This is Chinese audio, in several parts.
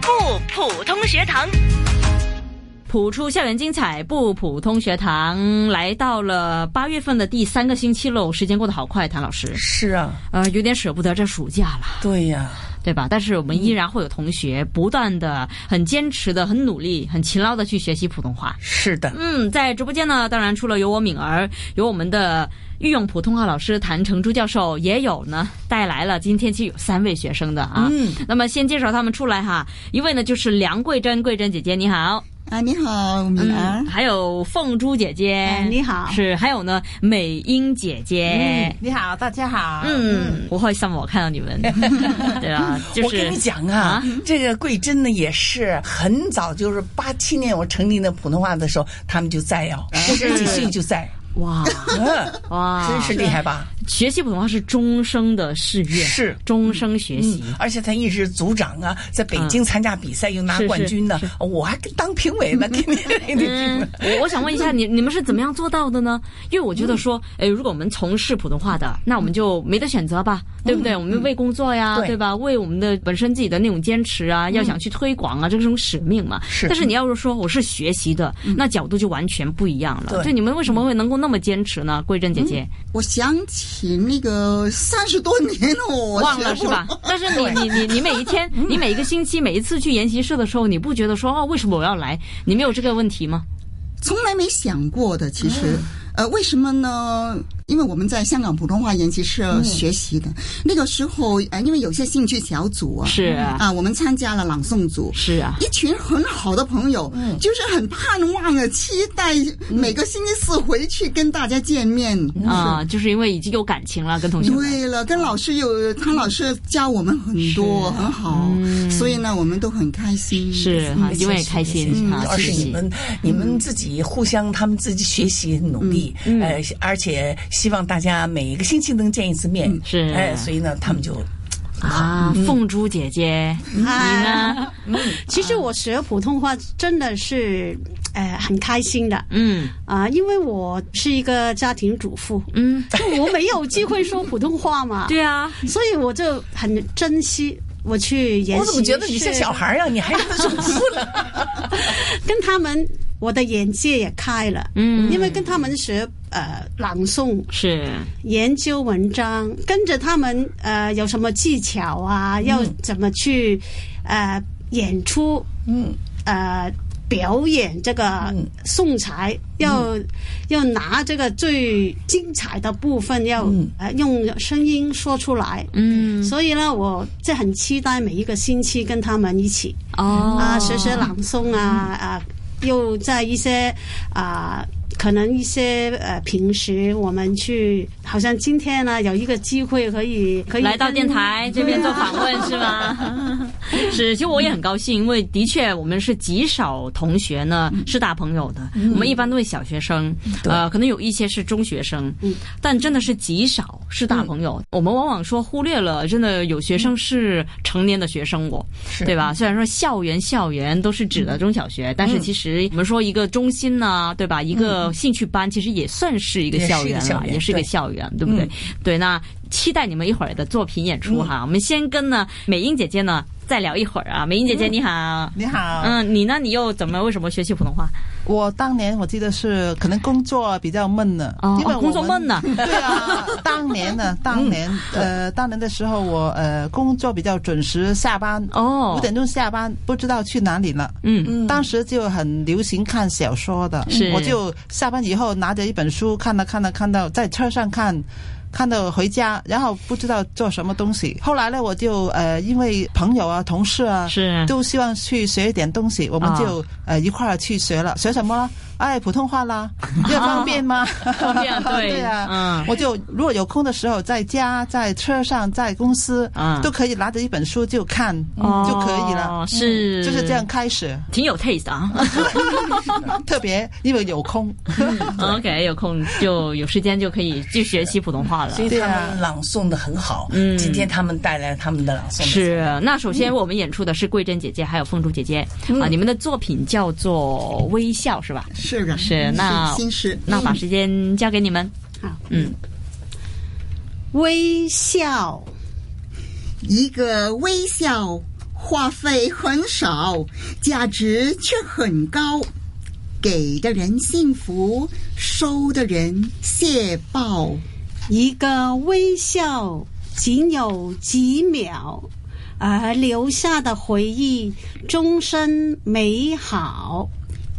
普通学堂。普出校园精彩，不普通学堂来到了八月份的第三个星期喽，时间过得好快，谭老师，是啊，呃，有点舍不得这暑假了，对呀、对吧？但是我们依然会有同学不断的、很坚持的、很努力、很勤劳的去学习普通话。是的，嗯，在直播间呢，当然除了有我敏儿，有我们的御用普通话老师谭成珠教授，也有呢带来了今天其实有三位学生的啊。嗯， 那么先介绍他们出来哈，一位呢就是梁桂珍，桂珍姐姐你好。啊，你好，敏儿嗯，，还有凤珠姐姐，哎你好是还有呢美英姐姐。你好，大家好。嗯，不会上我看到你们，对啊，就我跟是你讲啊，啊这个桂珍呢也是很早，就是八七年我成立那普通话的时候，他们就在哦呀、我十几岁就在，哇嗯，哇，真是厉害吧？学习普通话是终生的事业，是终生学习。嗯，而且他一直组长啊，在北京参加比赛又拿冠军呢，我还当评委 呢，天天 给你听嗯呢，我我想问一下你，你们是怎么样做到的呢？因为我觉得嗯说，哎，如果我们从事普通话的，那我们就没得选择吧，对不对？我们为工作呀，嗯对嗯对吧？为我们的本身自己的那种坚持啊，要想去推广啊，这是种使命嘛。是嗯但是你要是说我是学习的，那角度就完全不一样了。对嗯对，你们为什么会能够那么坚持呢？桂珍姐姐，我想起那个三十多年了，我忘了学是不吧？ 但是你你你你每一天，嗯你每一个星期，每一次去研习社的时候，你不觉得说哦，为什么我要来？你没有这个问题吗？从来没想过的，其嗯实。呃，为什么呢？因为我们在香港普通话研习嗯社学习的，那个时候，呃，因为有些兴趣小组啊，是嗯啊啊，我们参加了朗诵组，是啊，一群很好的朋友，嗯就是很盼望啊，期待每个星期四回去跟大家见面。啊，就是因为已经有感情了，跟同学们。对了，跟老师有，他老师教我们很多，很好，所以呢，我们都很开心。嗯是嗯哈，啊因为开心啊，而谢是你谢。们你们自己互相，他们自己学习努力，嗯呃，而且希望大家每一个星期能见一次面，是哎，所以呢，他们就啊，凤珠姐姐，你啊呢？嗯其实我学普通话真的是，呃，很开心的嗯啊、因为我是一个家庭主妇，嗯，就我没有机会说普通 话嘛，对啊，所以我就很珍惜我去研习。我怎么觉得你像小？孩儿啊？你还是主妇 了？跟他们，我的眼界也开了，嗯因为跟他们学呃朗诵，是研究文章，跟着他们呃有什么技巧啊，要怎么去呃演出，嗯，呃表演这个嗯送材，要要拿这个最精彩的部分，要、嗯呃用声音说出来。嗯所以呢，我这很期待每一个星期跟他们一起哦嗯啊、学学朗诵啊啊、又在一些啊、可能一些呃，平时我们去，好像今天呢有一个机会可以可以来到跟电台这边做访问、是吗？是，其实我也很高兴，因为的确我们是极少同学呢是大朋友的，我们一般都是小学生，呃，可能有一些是中学生，但真的是极少是大朋友。我们往往说忽略了，真的有学生是成年的学生我，对吧？虽然说校园校园都是指的中小学，但是其实我们说一个中心呢、对吧？一个兴趣班其实也算是一个也是一校园个校了，园也是一个对校园，啊对不嗯对？对，那期待你们一会儿的作品演出哈。我们先跟呢美英姐姐呢再聊一会儿啊。美英姐姐你好，你好，嗯，你呢？你又怎么为什么学习普通话？我当年我记得是可能工作比较闷了，哦因为哦我们工作闷嗯了 对啊，当 年呢，当年、呃，当年的时候我呃工作比较准时下班，哦五点钟下班，不知道去哪里了。嗯，当时就很流行看小说的是，我就下班以后拿着一本书看了看了看到在车上看。看到回家，然后不知道做什么东西。后来呢，我就呃，因为朋友啊、同事啊，是都希望去学一点东西，我们啊就、呃一块儿去学了。学什么呢？哎，普通话 啦，要方便吗？方 便对对啊，嗯我就如果有空的时候，在家、在车上、在公司，嗯都可以拿着一本书就看、哦就可以了。嗯是就是这样开 始。挺有 taste 啊。特别因为有空， OK，有空就有时间就可以去学习普通话了。所以对他啊们朗诵的很好。嗯今天他们带来他们的朗诵的是，那首先我们演出的是桂珍姐姐还有凤珠姐姐、嗯啊，你们的作品叫做《微笑》是吧？是的，是那新诗，那把时间交给你们。好嗯，微笑。嗯一个微笑花费很少，价值却很高。给的人幸福，收的人泄报。一个微笑仅有几秒，而留下的回忆终身美好，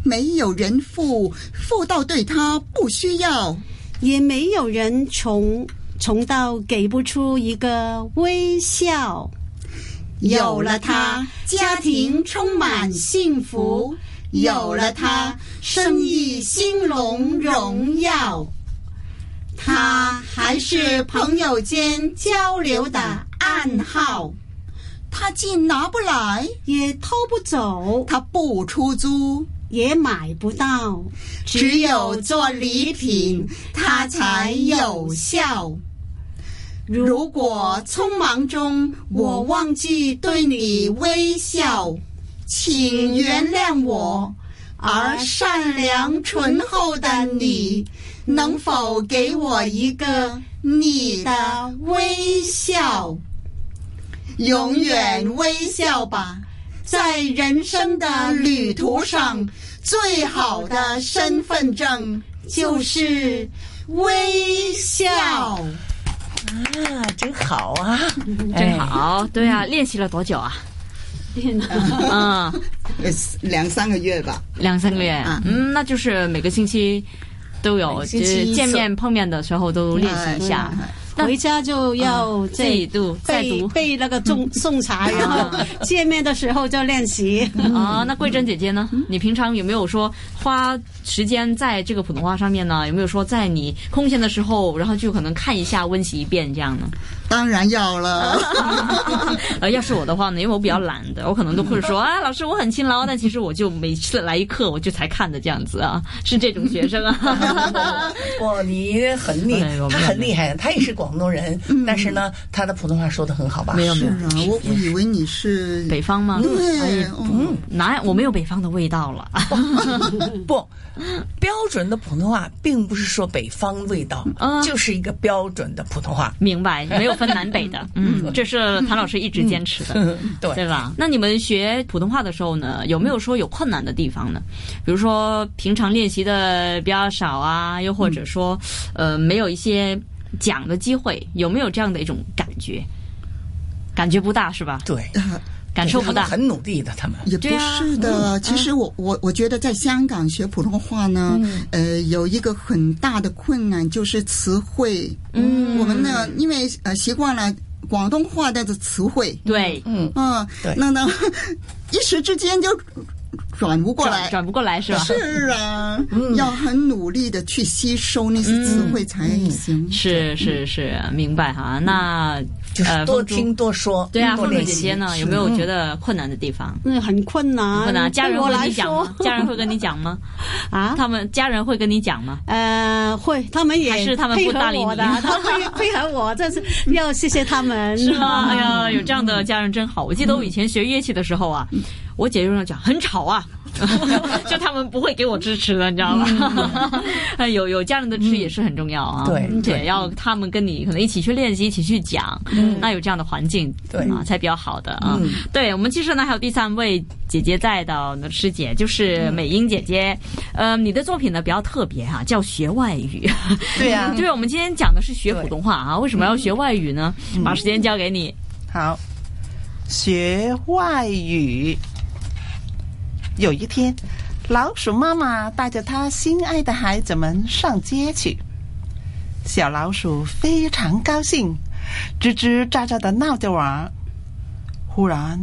没有人富，富到对他不需要。也没有人穷，穷到给不出一个微笑。有了它，家庭充满幸福；有了它，生意兴隆荣耀。它还是朋友间交流的暗号，他既拿不来，也偷不走，他不出租。也买不到，只有做礼品，它才有效。如果匆忙中我忘记对你微笑，请原谅我；而善良醇厚的你，能否给我一个你的微笑？永远微笑吧。在人生的旅途上，最好的身份证就是微笑。啊，真好啊，嗯真好，对啊，练习了多久啊？嗯，呃，两三个月吧。两三个月，嗯，那就是每个星期都有，就星期一是见次面碰面的时候都练习一下，那回家就要自己读嗯再背读。嗯背那个种送茶，然后见面的时候就练习。啊，那桂珍姐姐呢？你平常有没有说花时间在这个普通话上面呢？有没有说在你空闲的时候，然后就可能看一下、温习一遍这样呢？当然 要了，呃，要是我的话呢，因为我比较懒的，我可能都会说啊，老师我很勤劳，但其实我就每次来一课我就才看的这样子啊，是这种学生啊。哇，你很厉哎害呦，他没有很没有厉害，他也是广东人，但是呢，他的普通话说的很好吧？嗯没有没是有，啊，我我以为你是北方吗？哎对，嗯，哪我没有北方的味道了。不，标准的普通话并不是说北方味道啊，就是一个标准的普通话。明白，没有分南北的，嗯，这是谭老师一直坚持的，对，对吧？那你们学普通话的时候呢，有没有说有困难的地方呢？比如说平常练习的比较少啊，又或者说，呃，没有一些讲的机会，有没有这样的一种感觉？感觉不大是吧？对，感受不大他们，很努力的，他们。也不是啊嗯的。其实我我我觉得在香港学普通话呢，嗯呃，有一个很大的困难就是词汇。嗯，我们呢，因为呃习惯了广东话的词汇，对，嗯，嗯对，那呢， 一时之间就转不过转来。转不过来是吧？是啊，嗯要很努力的去吸收那些嗯词汇才嗯行。是是是，明白哈。那就是呃，多凤珠听多说，对啊，多凤珠练姐习嗯姐呢，有没有觉得困难的地方？那很困难，困难，啊家人哎对我会跟来你讲说吗？家人会跟你讲吗？ 啊，他们家人会跟你讲吗？呃，会，他们也还是他们配不合搭理我的你，他配配合我，这是要谢谢他们。是吗？哎嗯呀，有这样的家人真好。我记得我以前学乐器的时候啊，我姐就跟我讲很吵 啊，就他们不会给我支持的，你知道嗯吗？ 哎有有家人的支持也是很重要啊，对并且要他们跟你可能一起去练习，一起去讲，嗯那有这样的环境对啊才比较好的啊。对我们其实呢还有第三位姐姐在的我们的师姐嗯就是美英姐姐，呃，你的作品呢比较特别哈、叫学外语。对啊呀、对，我们今天讲啊的是学普通话啊，为什么要学外语呢？把时间交给你。好，学外语。有一天，老鼠妈妈带着它心爱的孩子们上街去，小老鼠非常高兴，吱吱喳喳的闹着玩儿。忽然，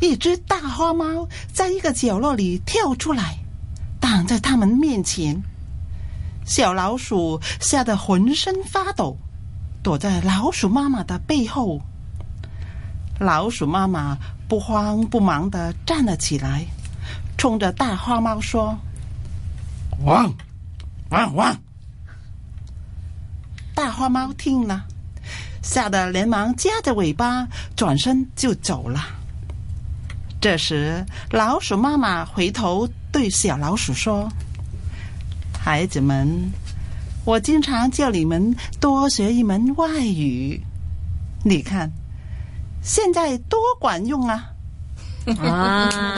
一只大花猫在一个角落里跳出来，挡在他们面前。小老鼠吓得浑身发抖，躲在老鼠妈妈的背后。老鼠妈妈不慌不忙地站了起来，冲着大花猫说汪汪汪！：“大花猫听了，吓得连忙夹着尾巴转身就走了。”这时，老鼠妈妈回头对小老鼠说：“孩子们，我经常叫你们多学一门外 语，你看，现在多管用啊！”啊。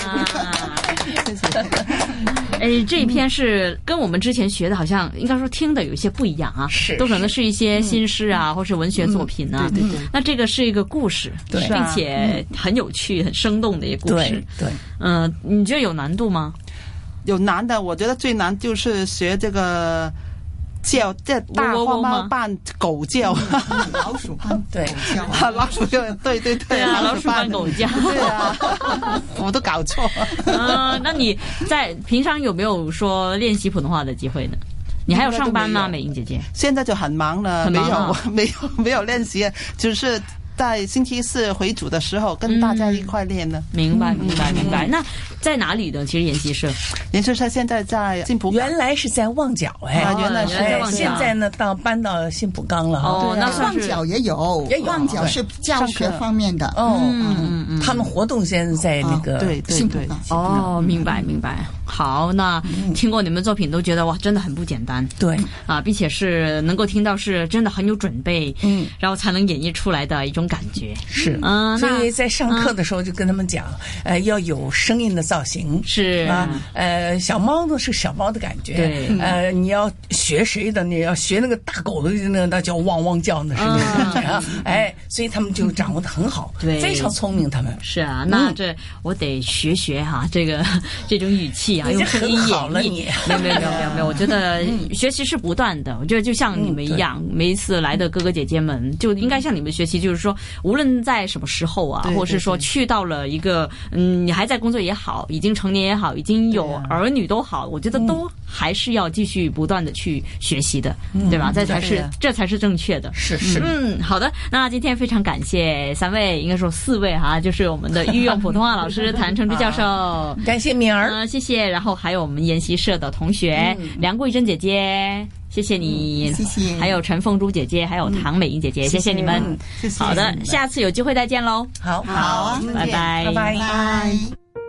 哎，这一篇是跟我们之前学的，好像应该说听的有一些不一样啊，是都可能是一些新诗啊，或是文学作品啊。对对对。那这个是一个故事，对并且很有趣、很生动的一个故对事。对，嗯，你觉得有难度吗？有难的，我觉得最难就是学这个叫这大喔喔花喔猫吗扮狗叫，老鼠攀对狗嗯叫啊， 老鼠叫，对对对，对 啊，老鼠扮的狗叫。对 啊，我都搞错。嗯，那你在平常有没有说练习普通话的机会呢？你还有上班吗，应该都没美英姐姐？现在就很忙了，很没忙啊有 没有没有练习，就是在星期四回组的时候跟大嗯家一块练呢。明白，明白，明白。那在哪里呢？其实研习社研究生现在在进浦港原来是在旺角哎，啊原来是在哎，旺角现在呢到搬到新浦冈了。哦，那算旺是角也有也，有旺角是教学方面的，哦，嗯嗯他们活动现在在那个对对幸福对，的。哦，明白明白。好，那听过你们作品都觉得哇，真的很不简单对啊，并且是能够听到是真的很有准备，嗯，然后才能演绎出来的一种感觉。是嗯所以那在上课的时候就跟他们讲，呃，要有声音的造型。是啊，呃，小猫呢是小猫的感觉，对呃，你要学谁的？你要学那个大狗的那那叫汪汪叫，那是那个感觉 啊，哎，所以他们就掌握的很好，嗯对非常聪明，他们。是啊，嗯那这我得学学哈、 这个这种语气啊，已用经声音很演好了绎你。嗯没有没有没有没有没有，我觉得学习是不断的。我觉得就像你们一样，每一次来的哥哥姐姐嗯们，就应该向你们学习，就是说，无论在什么时候啊对，对或者是说对去到了一个嗯，你还在工作也好，已经成年也啊好，已经有儿女都好，我觉得嗯都还是要继续不断的去学习的，对吧？这才对是啊呀这才是正确的。是是，嗯，好的，那今天非常感谢三位，应该说四位哈、就是我们的御用普通话老师谭成之教授。感谢敏儿，呃，谢谢，然后还有我们研习社的同学、梁桂珍姐姐，谢谢你，谢谢还有陈凤珠姐姐，还有唐美英姐姐，谢谢你们。谢谢好的，下次有机会再见喽，好，好，拜拜，拜拜。拜。